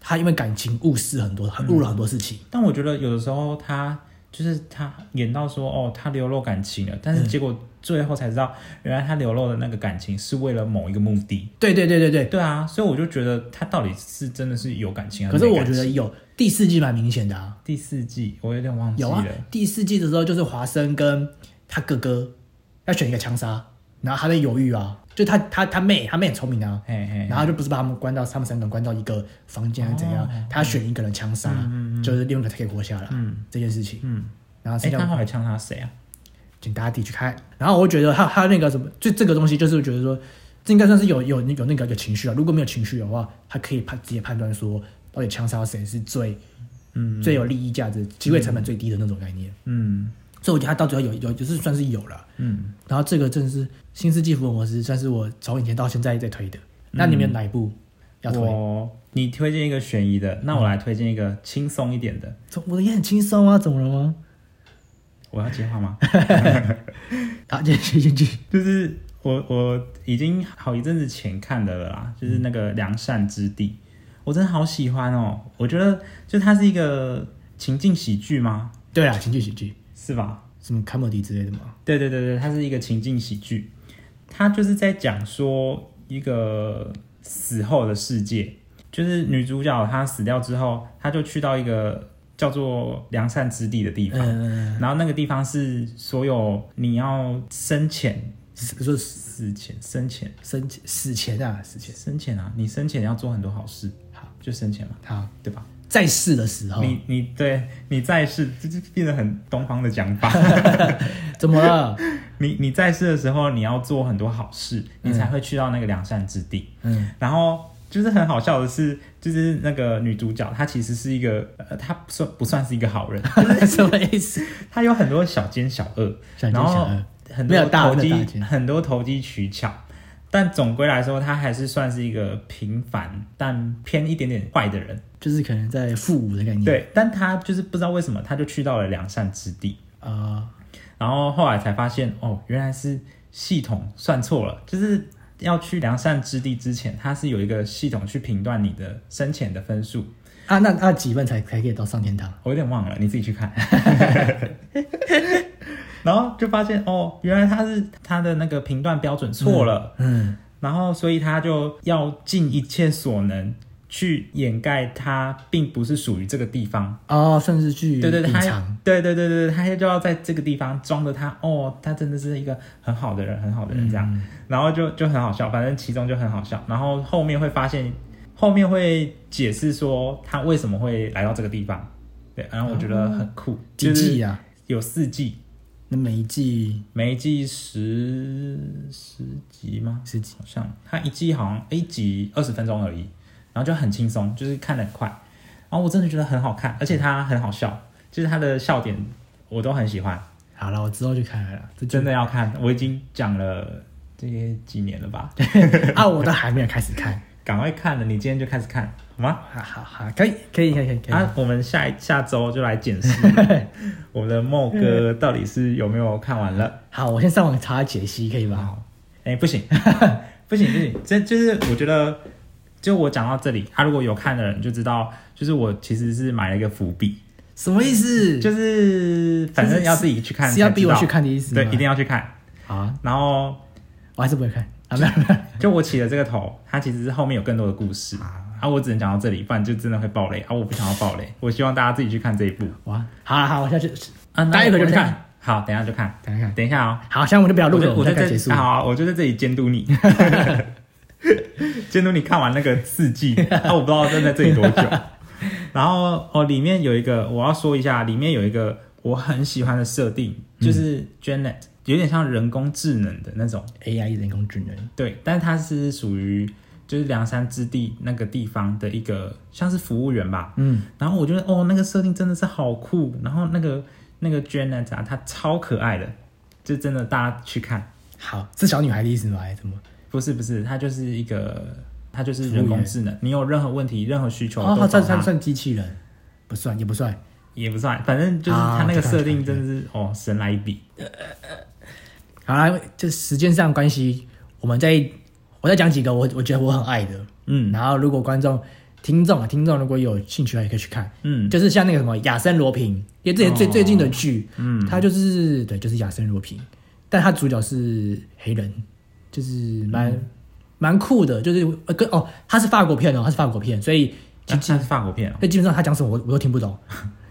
Speaker 1: 他因为感情误事很多，很误了很多事情。
Speaker 2: 但我觉得有的时候他就是他演到说哦，他流露感情了，但是结果最后才知道，原来他流露的那个感情是为了某一个目的。
Speaker 1: 对对对对对。
Speaker 2: 对啊，所以我就觉得他到底是真的是有感情还
Speaker 1: 可
Speaker 2: 是
Speaker 1: 是
Speaker 2: 没
Speaker 1: 我
Speaker 2: 感
Speaker 1: 觉
Speaker 2: 情？
Speaker 1: 得有第四季蛮明显的啊，
Speaker 2: 第四季我有点忘记
Speaker 1: 有
Speaker 2: 了，
Speaker 1: 啊。第四季的时候就是华生跟他哥哥要选一个枪杀，然后他在犹豫啊，就他他他妹，他妹很聪明啊，
Speaker 2: 嘿嘿，
Speaker 1: 然后就不是把他们关到他们三个人关到一个房间还是怎
Speaker 2: 哦
Speaker 1: 样，他选一个人枪杀，就是另一个才可以活下来、
Speaker 2: 嗯
Speaker 1: 这件事情。
Speaker 2: 嗯，
Speaker 1: 然后
Speaker 2: 哎、
Speaker 1: 剩下
Speaker 2: 他后来呛他谁啊？
Speaker 1: 请大家自己去看。然后我觉得他他那个什么，就这个东西，就是觉得说，这应该算是有有有那个有情绪啊。如果没有情绪的话，他可以判直接判断说，到底枪杀谁是最
Speaker 2: 嗯
Speaker 1: 最有利益价值、机会成本最低的那种概念。
Speaker 2: 嗯
Speaker 1: 所以我觉得他到最后有有就是算是有了。
Speaker 2: 嗯，
Speaker 1: 然后这个正是《新世纪福尔摩斯》，算是我从以前到现在在推的。那你们有哪一部要推？
Speaker 2: 我你推荐一个悬疑的，那我来推荐一个轻松一点的。
Speaker 1: 这我的也很轻松啊，怎么了吗？
Speaker 2: 我要接话吗？
Speaker 1: 好，继续继续。
Speaker 2: 就是我我已经好一阵子前看的了啦，就是那个《良善之地》，我真的好喜欢哦。我觉得就它是一个情境喜剧吗？
Speaker 1: 对啦，情绪喜剧，
Speaker 2: 是吧？
Speaker 1: 什么卡莫迪之类的嘛。
Speaker 2: 对对对对，它是一个情境喜剧，它就是在讲说一个死后的世界，就是女主角她死掉之后，她就去到一个叫做良善之地的地方，
Speaker 1: 嗯，
Speaker 2: 然后那个地方是所有你要生前、
Speaker 1: 死说
Speaker 2: 死前、生前、
Speaker 1: 生死前啊，死前。
Speaker 2: 生前啊，你生前要做很多好事，
Speaker 1: 好，
Speaker 2: 就生前嘛，
Speaker 1: 好，
Speaker 2: 对吧？
Speaker 1: 在世的时候，
Speaker 2: 你你对你在世，这就变得很东方的讲法。
Speaker 1: 怎么了？
Speaker 2: 你你在世的时候，你要做很多好事，你才会去到那个良善之地。
Speaker 1: 嗯，
Speaker 2: 然后就是很好笑的是，就是那个女主角她其实是一个，呃，她不算不算是一个 好人，
Speaker 1: 什么意思？
Speaker 2: 她有很多小奸小恶，
Speaker 1: 小奸
Speaker 2: 然
Speaker 1: 小
Speaker 2: 后
Speaker 1: 恶
Speaker 2: 很
Speaker 1: 没有
Speaker 2: 多
Speaker 1: 大恶
Speaker 2: 投
Speaker 1: 没有
Speaker 2: 机
Speaker 1: 大奸
Speaker 2: 很多投机取巧。但总归来说，她还是算是一个平凡但偏一点点坏的人。
Speaker 1: 就是可能在负五的概念。，
Speaker 2: 对，但她就是不知道为什么，她就去到了良善之地。
Speaker 1: 啊、
Speaker 2: 然后后来才发现，哦，原来是系统算错了，就是要去良善之地之前，它是有一个系统去评断你的深浅的分数。
Speaker 1: 啊，那那几分才才可以到上天堂？
Speaker 2: 我有点忘了，你自己去看。然后就发现，哦，原来它是它的那个评断标准错了，
Speaker 1: 嗯，
Speaker 2: 然后所以他就要尽一切所能。去掩盖它并不是属于这个地方
Speaker 1: 哦，算是去
Speaker 2: 对对，对
Speaker 1: 隐
Speaker 2: 他
Speaker 1: 藏。
Speaker 2: 对对对对，对他就要在这个地方装的他哦，他真的是一个很好的人，很好的人这样，
Speaker 1: 嗯
Speaker 2: 然后就就很好笑，反正其中就很好笑，然后后面会发现，后面会解释说他为什么会来到这个地方，对，然后我觉得很酷，
Speaker 1: 哦几
Speaker 2: 就
Speaker 1: 季
Speaker 2: 是
Speaker 1: 啊？
Speaker 2: 有四季，
Speaker 1: 那每一季
Speaker 2: 每一季十十集吗？
Speaker 1: 十几？
Speaker 2: 好像它一季好像一集二十分钟而已，然后就很轻松，就是看得很快。然后我真的觉得很好看，而且它很好笑，就是它的笑点我都很喜欢，
Speaker 1: 好了，我之后就看了啦。这
Speaker 2: 真的要看。我已经讲了这几年了吧，
Speaker 1: 啊，我都还没有开始 看。
Speaker 2: 赶快看了，你今天就开始看好吗？
Speaker 1: 好好好，可以可以可以可以可以。
Speaker 2: 啊，我们下一下周就来检视 我们的莫哥到底是有没有看完了。
Speaker 1: 好，我先上网查解析，可以吧？
Speaker 2: 好，哎、不行，不行，不行，这就是我觉得，就我讲到这里，他、如果有看的人就知道，就是我其实是埋了一个伏笔，
Speaker 1: 什么意思？
Speaker 2: 就是反正要自己去看才
Speaker 1: 是
Speaker 2: 知道，
Speaker 1: 要逼我去看的意思吗
Speaker 2: 对，一定要去看。
Speaker 1: 好啊，
Speaker 2: 然后
Speaker 1: 我还是不会看啊，没有没有。
Speaker 2: 就我起了这个头，它其实是后面有更多的故事啊，我只能讲到这里，不然就真的会爆雷啊，我不想要爆雷，我希望大家自己去看这一部
Speaker 1: 哇，好了好，我下去
Speaker 2: 啊，那
Speaker 1: 待一会儿就
Speaker 2: 我
Speaker 1: 去
Speaker 2: 等
Speaker 1: 看，
Speaker 2: 好，等一下就看，
Speaker 1: 等一下。
Speaker 2: 等一下哦。
Speaker 1: 好，现在我们就不要录
Speaker 2: 我就
Speaker 1: 了，
Speaker 2: 我
Speaker 1: 我们再
Speaker 2: 在这
Speaker 1: 看结束。
Speaker 2: 好啊、我就在这里监 督你，监督你看完那个四季。啊，我不知道站在这里多 久。然后哦，里面有一个我要说一下，里面有一个我很喜欢的设定，
Speaker 1: 嗯
Speaker 2: 就是 Janet，、有点像人工智能的那种。
Speaker 1: AI 人工智能，
Speaker 2: 对，但是它是属于就是梁山之地那个地方的一个像是服务员吧。
Speaker 1: 嗯，
Speaker 2: 然后我觉得哦，那个设定真的是好酷。然后那个那个 Janet 啊，她超可爱的，就真的大家去看。
Speaker 1: 好，是小女孩的意思吗？还是怎么？
Speaker 2: 不是不是，它就是一个，它就是人工智能。你有任何问题、任何需求
Speaker 1: 哦，她
Speaker 2: 都找
Speaker 1: 算算
Speaker 2: 它，
Speaker 1: 算机器人，不算也不算。
Speaker 2: 也不算，反正就是
Speaker 1: 啊
Speaker 2: 它那
Speaker 1: 我
Speaker 2: 个
Speaker 1: 知道
Speaker 2: 设定真的是哦，神来一笔。
Speaker 1: 好啦，就时间上关系，我们再我再讲几个我我觉得我很爱的，
Speaker 2: 嗯，
Speaker 1: 然后如果观众听众啊，听众如果有兴趣的话也可以去看，
Speaker 2: 嗯，
Speaker 1: 就是像那个什么亚森罗平，也之前最、
Speaker 2: 哦
Speaker 1: 最近的剧，
Speaker 2: 嗯
Speaker 1: 他就是对，就是亚森罗平，但他主角是黑人，就是蛮
Speaker 2: 嗯
Speaker 1: 蛮、酷的，就是呃跟哦，他是法国片哦，他是法国片，所以
Speaker 2: 那那是法国片哦。
Speaker 1: 那基本上他讲什么我我都听不懂，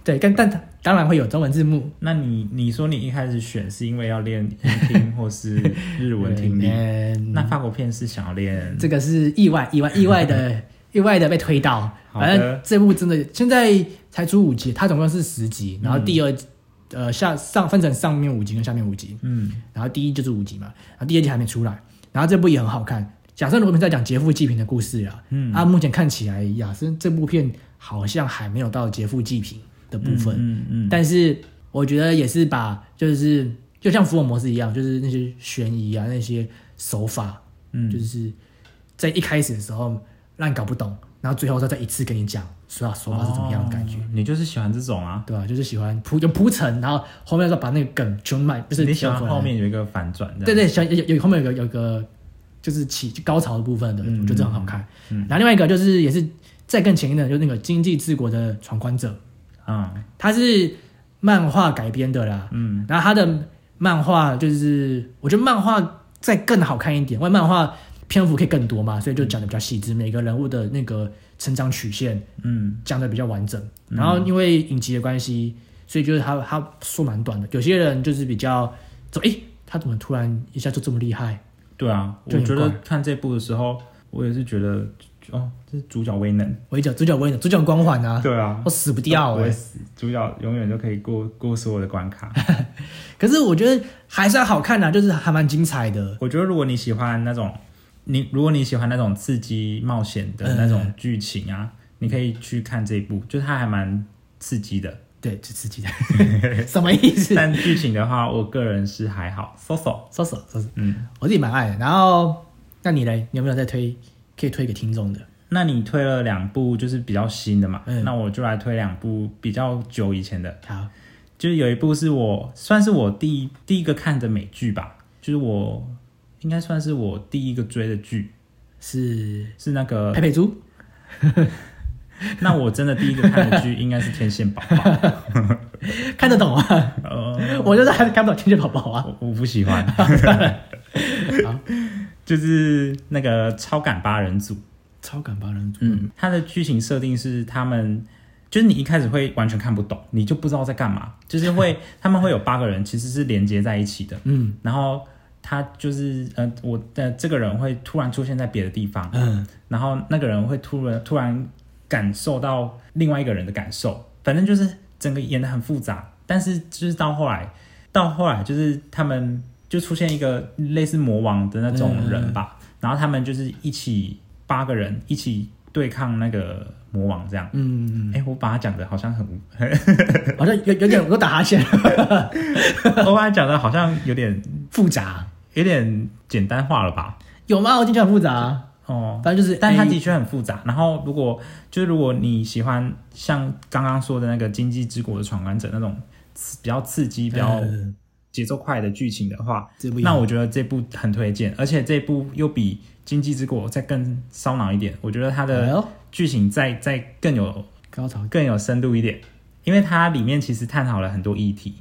Speaker 1: 对，但但他当然会有中文字幕，
Speaker 2: 那你你说你一开始选是因为要练英听或是日文听力，
Speaker 1: 嗯
Speaker 2: 那法国片是想要练
Speaker 1: 这个是意外，意外，意外 的，意外的被推到。
Speaker 2: 好的
Speaker 1: 反正这部真的现在才出五集，它总共是十集，
Speaker 2: 嗯
Speaker 1: 然后第二、呃下上分成上面五集跟下面五集，
Speaker 2: 嗯
Speaker 1: 然后第一就是五集嘛，然后第二集还没出来，然后这部也很好看。假设如果我们在讲劫富济贫的故事啊，
Speaker 2: 嗯
Speaker 1: 啊，目前看起来亚森这部片好像还没有到劫富济贫的部分，
Speaker 2: 嗯嗯，
Speaker 1: 但是我觉得也是把就是就像福尔摩斯一样，就是那些悬疑啊那些手法，
Speaker 2: 嗯
Speaker 1: 就是在一开始的时候让你搞不懂，然后最后他再一次跟你讲说啊手法是怎么样的感觉，
Speaker 2: 哦？你就是喜欢这种啊？
Speaker 1: 对吧、就是喜欢铺有铺陈，然后后面再把那个梗全卖，不是
Speaker 2: 你喜
Speaker 1: 跳
Speaker 2: 欢
Speaker 1: 过来
Speaker 2: 后面有一个反转这样？
Speaker 1: 对对，想有有后面有个有个就是起就高潮的部分的，
Speaker 2: 嗯
Speaker 1: 我觉得这很好看。
Speaker 2: 嗯
Speaker 1: 然后另外一个就是也是再更前一点的，就是那个经济治国的闯关者，
Speaker 2: 啊，
Speaker 1: 它是漫画改编的啦，
Speaker 2: 嗯
Speaker 1: 然后他的漫画就是，我觉得漫画再更好看一点，因为漫画篇幅可以更多嘛，所以就讲的比较细致，每个人物的那个成长曲线
Speaker 2: 嗯
Speaker 1: 讲的比较完整。然后因为影集的关系，所以就是他他说蛮短的。有些人就是比较，怎么诶，他怎么突然一下就这么厉害？
Speaker 2: 对啊，我
Speaker 1: 就很
Speaker 2: 觉得
Speaker 1: 怪
Speaker 2: 看这部的时候，我也是觉得哦，这是主角威能，
Speaker 1: 我一讲主角我也主角很光环啊，
Speaker 2: 对啊
Speaker 1: 我，死不掉
Speaker 2: 我
Speaker 1: 哎、
Speaker 2: 也死，主角永远都可以过过所有的关卡。
Speaker 1: 可是我觉得还算好看啊，就是还蛮精彩的。
Speaker 2: 我觉得如果你喜欢那种，你如果你喜欢那种刺激冒险的那种剧情
Speaker 1: 嗯
Speaker 2: 啊，你可以去看这一部，就是它还蛮刺激 的。
Speaker 1: 对，就刺激的， 什么意思？
Speaker 2: 但剧情的话，我个人是还好，so so。
Speaker 1: 搜索搜索。
Speaker 2: 嗯，
Speaker 1: 我自己蛮爱的。然后，那你嘞？你有没有再推可以推给听众的？
Speaker 2: 那你推了两部就是比较新的嘛，
Speaker 1: 嗯
Speaker 2: 那我就来推两部比较久以前的，
Speaker 1: 好，
Speaker 2: 就是有一部是我算是我第一第一个看的美剧吧，就是我应该算是我第一个追的剧，
Speaker 1: 是
Speaker 2: 是那个
Speaker 1: 佩佩猪，
Speaker 2: 那我真的第一个看的剧应该是《天线宝宝》
Speaker 1: 看得懂啊？
Speaker 2: 呃。
Speaker 1: 我就是还看不懂天线宝宝啊。
Speaker 2: 我我不喜欢， 就是那个超感八人组，
Speaker 1: 超感八人组，
Speaker 2: 嗯，它的剧情设定是他们，就是你一开始会完全看不懂，你就不知道在干嘛，就是会 他们会有八个人其实是连接在一起的，
Speaker 1: 嗯
Speaker 2: 然后他就是呃我的、这个人会突然出现在别的地方，
Speaker 1: 嗯
Speaker 2: 然后那个人会突然突然感受到另外一个人的感受，反正就是整个演的很复杂，但是就是到后来，到后来就是他们就出现一个类似魔王的那种人吧，然后他们就是一起八个人一起对抗那个魔王这样。
Speaker 1: 嗯，
Speaker 2: 哎、我把它讲的好像很，
Speaker 1: 好像有有 点我都打哈欠，
Speaker 2: 我把它讲的好像有点
Speaker 1: 复杂
Speaker 2: 有点简单化了吧？
Speaker 1: 有吗？我听起来很复杂啊，
Speaker 2: 哦，
Speaker 1: 反正就是，
Speaker 2: 但它
Speaker 1: 哎
Speaker 2: 的确很复杂。然后，如果就是如果你喜欢像刚刚说的那个《经济之国的闯关者》那种刺比较刺激、比较
Speaker 1: 嗯
Speaker 2: 节奏快的剧情的话，
Speaker 1: 这部也
Speaker 2: 那我觉得这部很推荐。而且这部又比《经济之国》再更烧脑一点，我觉得它
Speaker 1: 哎
Speaker 2: 的
Speaker 1: 呦
Speaker 2: 剧情再再更有
Speaker 1: 高潮
Speaker 2: 更有深度一点，因为它里面其实探讨了很多议题。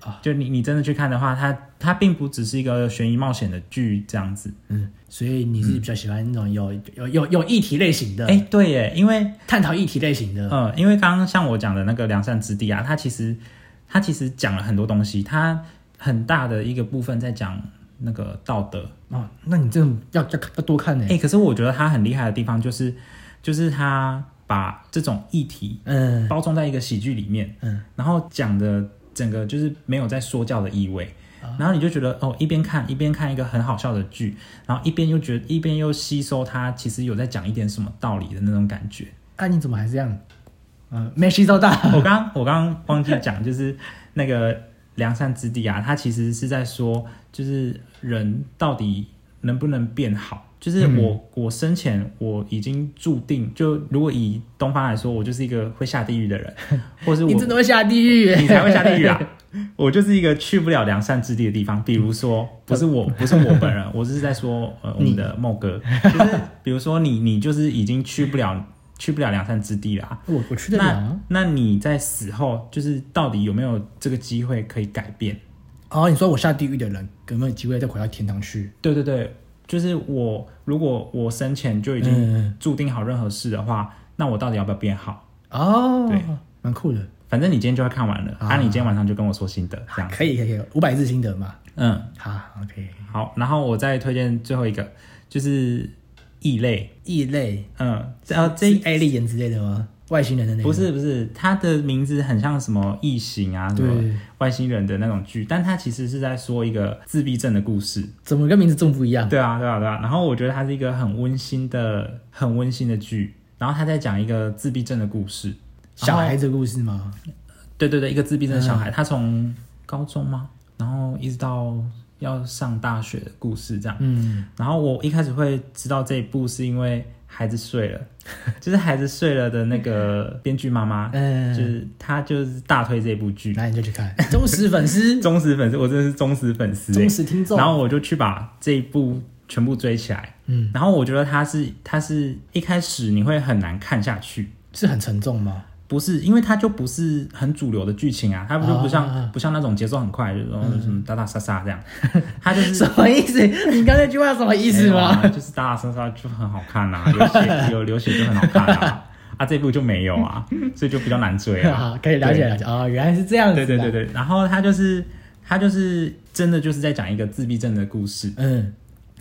Speaker 1: 啊
Speaker 2: 就你你真的去看的话，它它并不只是一个悬疑冒险的剧这样子。
Speaker 1: 嗯，所以你是比较喜欢那种有有有有议题类型的，
Speaker 2: 哎、对耶，因为
Speaker 1: 探讨议题类型的，
Speaker 2: 嗯，因为刚刚像我讲的那个良善之地啊，它其实它其实讲了很多东西，它很大的一个部分在讲那个道德。
Speaker 1: 哦，那你这种要要要多看呢
Speaker 2: 哎、，可是我觉得它很厉害的地方就是，就是它把这种议题
Speaker 1: 嗯
Speaker 2: 包装在一个喜剧里面，
Speaker 1: 嗯，
Speaker 2: 然后讲的整个就是没有在说教的意味。然后你就觉得哦，一边看一边看一个很好笑的剧，然后一边又觉得一边又吸收它其实有在讲一点什么道理的那种感觉。
Speaker 1: 那你怎么还这样？嗯，没吸收到，
Speaker 2: 我刚我刚刚忘记讲，就是那个良善之地啊，它其实是在说，就是人到底能不能变好。就是我、
Speaker 1: 嗯
Speaker 2: 我生前我已经注定，就如果以东方来说，我就是一个会下地狱 的人，或是我
Speaker 1: 你真的会下地狱，
Speaker 2: 你才会下地狱啊！我就是一个去不了良善之地的地方，比如说，不是我，不是呃我本人，我是在说，呃，我们的茂哥，就是比如说你，你就是已经去不了，去不了梁山之地啦。
Speaker 1: 我我去得了
Speaker 2: 那
Speaker 1: 啊。
Speaker 2: 那你在死后，就是到底有没有这个机会可以改变？
Speaker 1: 哦，你说我下地狱的人有没有机会再回到天堂去？
Speaker 2: 对对对，就是我如果我生前就已经
Speaker 1: 嗯，
Speaker 2: 注定好任何事的话，那我到底要不要变好？
Speaker 1: 哦，
Speaker 2: 对，
Speaker 1: 蛮酷的，
Speaker 2: 反正你今天就会看完了，啊，
Speaker 1: 啊
Speaker 2: 你今天晚上就跟我说心得，这样。
Speaker 1: 可以可以可以，五百字心得嘛，
Speaker 2: 嗯，
Speaker 1: 好，OK。
Speaker 2: 好，然后我再推荐最后一个，就是异类。
Speaker 1: 异类，
Speaker 2: 嗯，然后这
Speaker 1: 这爱丽人之类的吗？外星人的那个？
Speaker 2: 不，是不是，它的名字很像什么异形啊，什么
Speaker 1: 对，
Speaker 2: 外星人的那种剧，但它其实是在说一个自闭症的故事。
Speaker 1: 怎么跟名字这么不一样？
Speaker 2: 对啊，对啊，对啊。然后我觉得它是一个很温馨的、很温馨的剧。然后他在讲一个自闭症的故事，
Speaker 1: 小
Speaker 2: 然后
Speaker 1: 孩子的故事吗？
Speaker 2: 哦对对对，一个自闭症的小孩，
Speaker 1: 嗯
Speaker 2: 他从高中吗？然后一直到要上大学的故事这样。
Speaker 1: 嗯，
Speaker 2: 然后我一开始会知道这一部是因为孩子睡 了，就是孩子睡了的那个编剧妈妈，就
Speaker 1: 嗯
Speaker 2: 是她就是大推这部剧，，
Speaker 1: 那你就去看， 忠实粉丝
Speaker 2: 忠实粉丝，我真的是忠实粉丝、欸
Speaker 1: 忠。实听众。
Speaker 2: 然后我就去把这一部全部追起来，
Speaker 1: 嗯，
Speaker 2: 然后我觉得它是它是一开始你会很难看下去，
Speaker 1: 是很沉重吗？
Speaker 2: 不是，因为它就不是很主流的剧情啊，它不就不像、
Speaker 1: 啊啊啊嗯
Speaker 2: 不像那种节奏很快，就是说什么打打杀杀 这样，它就是
Speaker 1: 什么意思？你刚才那句话什么意思
Speaker 2: 没有
Speaker 1: 吗？
Speaker 2: 啊就是打打杀杀就很好 看啊，流血有流血就很好看啊，啊这部就没有 啊，所以就比较难追啊
Speaker 1: 好，。可以了解
Speaker 2: 对
Speaker 1: 了解哦，原来是这样子
Speaker 2: 对
Speaker 1: 的。
Speaker 2: 对对对，然后他就是他就是真的就是在讲一个自闭症的故事，
Speaker 1: 嗯，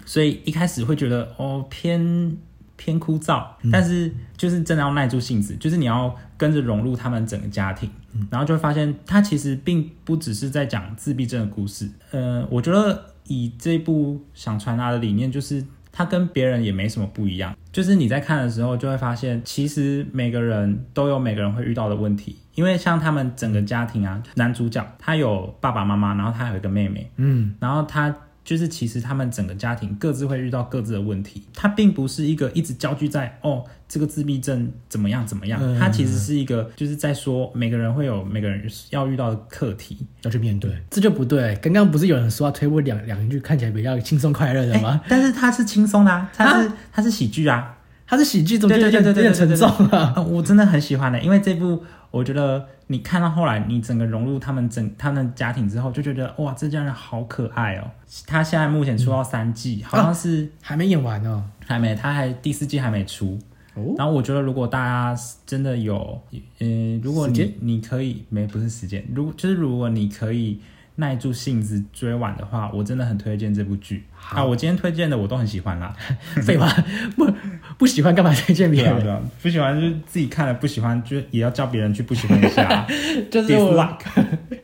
Speaker 2: 所以一开始会觉得哦偏偏枯燥，但是就是真的要耐住性子，就是你要跟着融入他们整个家庭，然后就会发现他其实并不只是在讲自闭症的故事。呃，我觉得以这部想传达的理念就是。他跟别人也没什么不一样，就是你在看的时候就会发现，其实每个人都有每个人会遇到的问题。因为像他们整个家庭啊，男主角他有爸爸妈妈，然后他还有一个妹妹，
Speaker 1: 嗯，
Speaker 2: 然后他就是其实他们整个家庭各自会遇到各自的问题，他并不是一个一直焦聚在哦这个自闭症怎么样怎么样，
Speaker 1: 嗯
Speaker 2: 他其实是一个就是在说每个人会有每个人要遇到的课题。
Speaker 1: 要去面对，这就不对。刚刚不是有人说要推我两两句看起来比较轻松快乐的吗？
Speaker 2: 哎但是他是轻松的、啊，他是他是喜剧啊，
Speaker 1: 它是喜剧，怎么就
Speaker 2: 对对
Speaker 1: 有点
Speaker 2: 对对
Speaker 1: 有
Speaker 2: 对，
Speaker 1: 点沉重
Speaker 2: 对对对
Speaker 1: 啊？
Speaker 2: 呃我真的很喜欢的、因为这部我觉得你看到后来，你整个融入他们整他们家庭之后，就觉得哇，这家人好可爱哦。他现在目前出到三
Speaker 1: 嗯
Speaker 2: 季，好像是
Speaker 1: 还没演完哦。
Speaker 2: 还没，他还第四季还没出。
Speaker 1: 哦，
Speaker 2: 然后我觉得，如果大家真的有，嗯、如果
Speaker 1: 时
Speaker 2: 你
Speaker 1: 间
Speaker 2: 你可以没不是时间，如果就是如果你可以耐住性子追完的话，我真的很推荐这部剧啊！我今天推荐的我都很喜 欢啦，
Speaker 1: 废话，不不喜欢干嘛推荐别
Speaker 2: 对啊
Speaker 1: 人
Speaker 2: 对？啊，不喜欢就是自己看了不喜欢，就也要叫别人去不喜欢一下啊。
Speaker 1: 就是我
Speaker 2: Dislike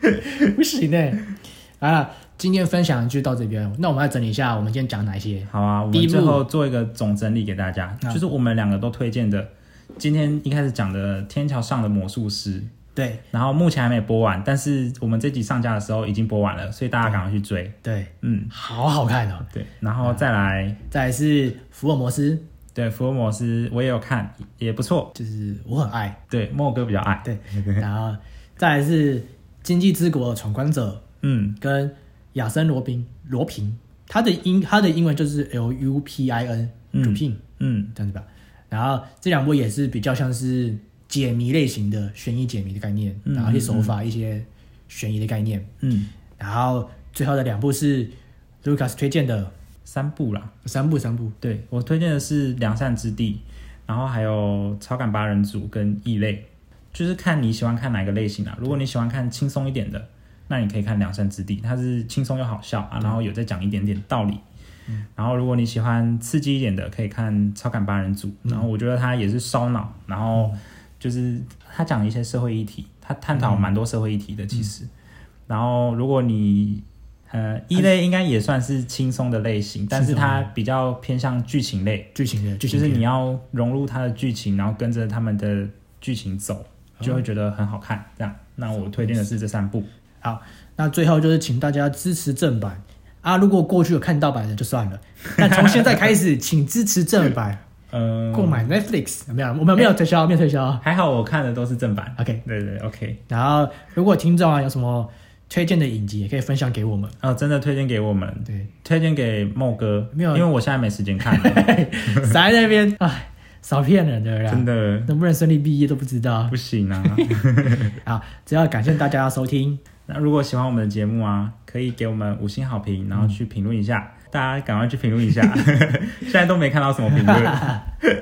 Speaker 1: 不行呢、啊，今天分享就到这边，那我们来整理一下，我们今天讲哪些？
Speaker 2: 好啊，我
Speaker 1: 第一部
Speaker 2: 们最后做一个总整理给大家，就是我们两个都推荐的，今天一开始讲的《天桥上的魔术师》，
Speaker 1: 对
Speaker 2: 然后目前还没播完，但是我们这集上架的时候已经播完了，所以大家赶快去追。
Speaker 1: 对，
Speaker 2: 嗯，
Speaker 1: 好好看哦。
Speaker 2: 对，然后再来，
Speaker 1: 再来是福尔摩斯，
Speaker 2: 对福尔摩斯我也有看，也不错。
Speaker 1: 就是我很爱，
Speaker 2: 对，莫哥比较爱。
Speaker 1: 对， 然后再来是《经济之国的闯关者
Speaker 2: 嗯》
Speaker 1: 跟亚森罗宾罗平，他的英他的英文就是 L U P I N
Speaker 2: 嗯
Speaker 1: Lupin、
Speaker 2: 嗯
Speaker 1: 这样子吧。然后这两部也是比较像是解谜类型的悬疑解谜的概念，
Speaker 2: 嗯
Speaker 1: 然后一些手法、一些悬疑的概念。
Speaker 2: 嗯，
Speaker 1: 然后最后的两部是 Lucas 推荐的
Speaker 2: 三部啦。
Speaker 1: 三部，三部
Speaker 2: 对我推荐的是《良善之地》，然后还有《超感八人组》跟《异类》，就是看你喜欢看哪一个类型啦、如果你喜欢看轻松一点的，那你可以看《良善之地》，它是轻松又好笑啊，然后有在讲一点点道理。然后，如果你喜欢刺激一点的，可以看《超感八人组》。然后我觉得它也是烧脑，然后就是他讲一些社会议题，他探讨蛮多社会议题的其实。然后，如果你呃一类应该也算是轻松的类型，但是它比较偏向剧情类，
Speaker 1: 剧情的剧
Speaker 2: 就
Speaker 1: 情
Speaker 2: 是
Speaker 1: 片，
Speaker 2: 你要融入它的剧情，然后跟着他们的剧情走，就会觉得很好看。这样，那我推荐的是这三部。
Speaker 1: 好。那最后就是请大家支持正版啊！如果过去有看盗版的就算了，但从现在开始，请支持正版，
Speaker 2: 嗯、
Speaker 1: 购买 Netflix 有没有？我们没有推销，没有推销。
Speaker 2: 还好我看的都是正版。
Speaker 1: OK，
Speaker 2: 对对，OK，
Speaker 1: 然后如果听众啊有什么推荐的影集，也可以分享给我们。
Speaker 2: 哦，真的推荐给我们，
Speaker 1: 对，
Speaker 2: 推荐给茂哥，
Speaker 1: 没有
Speaker 2: 因为我现在没时间看。
Speaker 1: 傻在那边，哎，少骗人的啦，
Speaker 2: 真的
Speaker 1: 能不能顺利毕业都不知道
Speaker 2: 不行啊。
Speaker 1: 啊！只要感谢大家的收听，
Speaker 2: 那如果喜欢我们的节目啊，可以给我们五星好评，然后去评论一下，大家赶快去评论一下。 现在都没看到什么评论，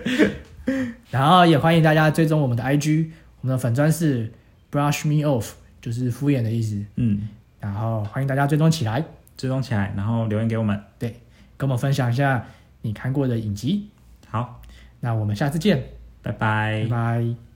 Speaker 1: 然后也欢迎大家追踪我们的 IG，我们的粉砖是 brush me off，就是敷衍的意思。
Speaker 2: 嗯，
Speaker 1: 然后欢迎大家追踪起来，
Speaker 2: 追踪起来，然后留言给我们。
Speaker 1: 对，跟我们分享一下你看过的影集。
Speaker 2: 好，
Speaker 1: 那我们下次见，
Speaker 2: 拜拜
Speaker 1: 拜拜。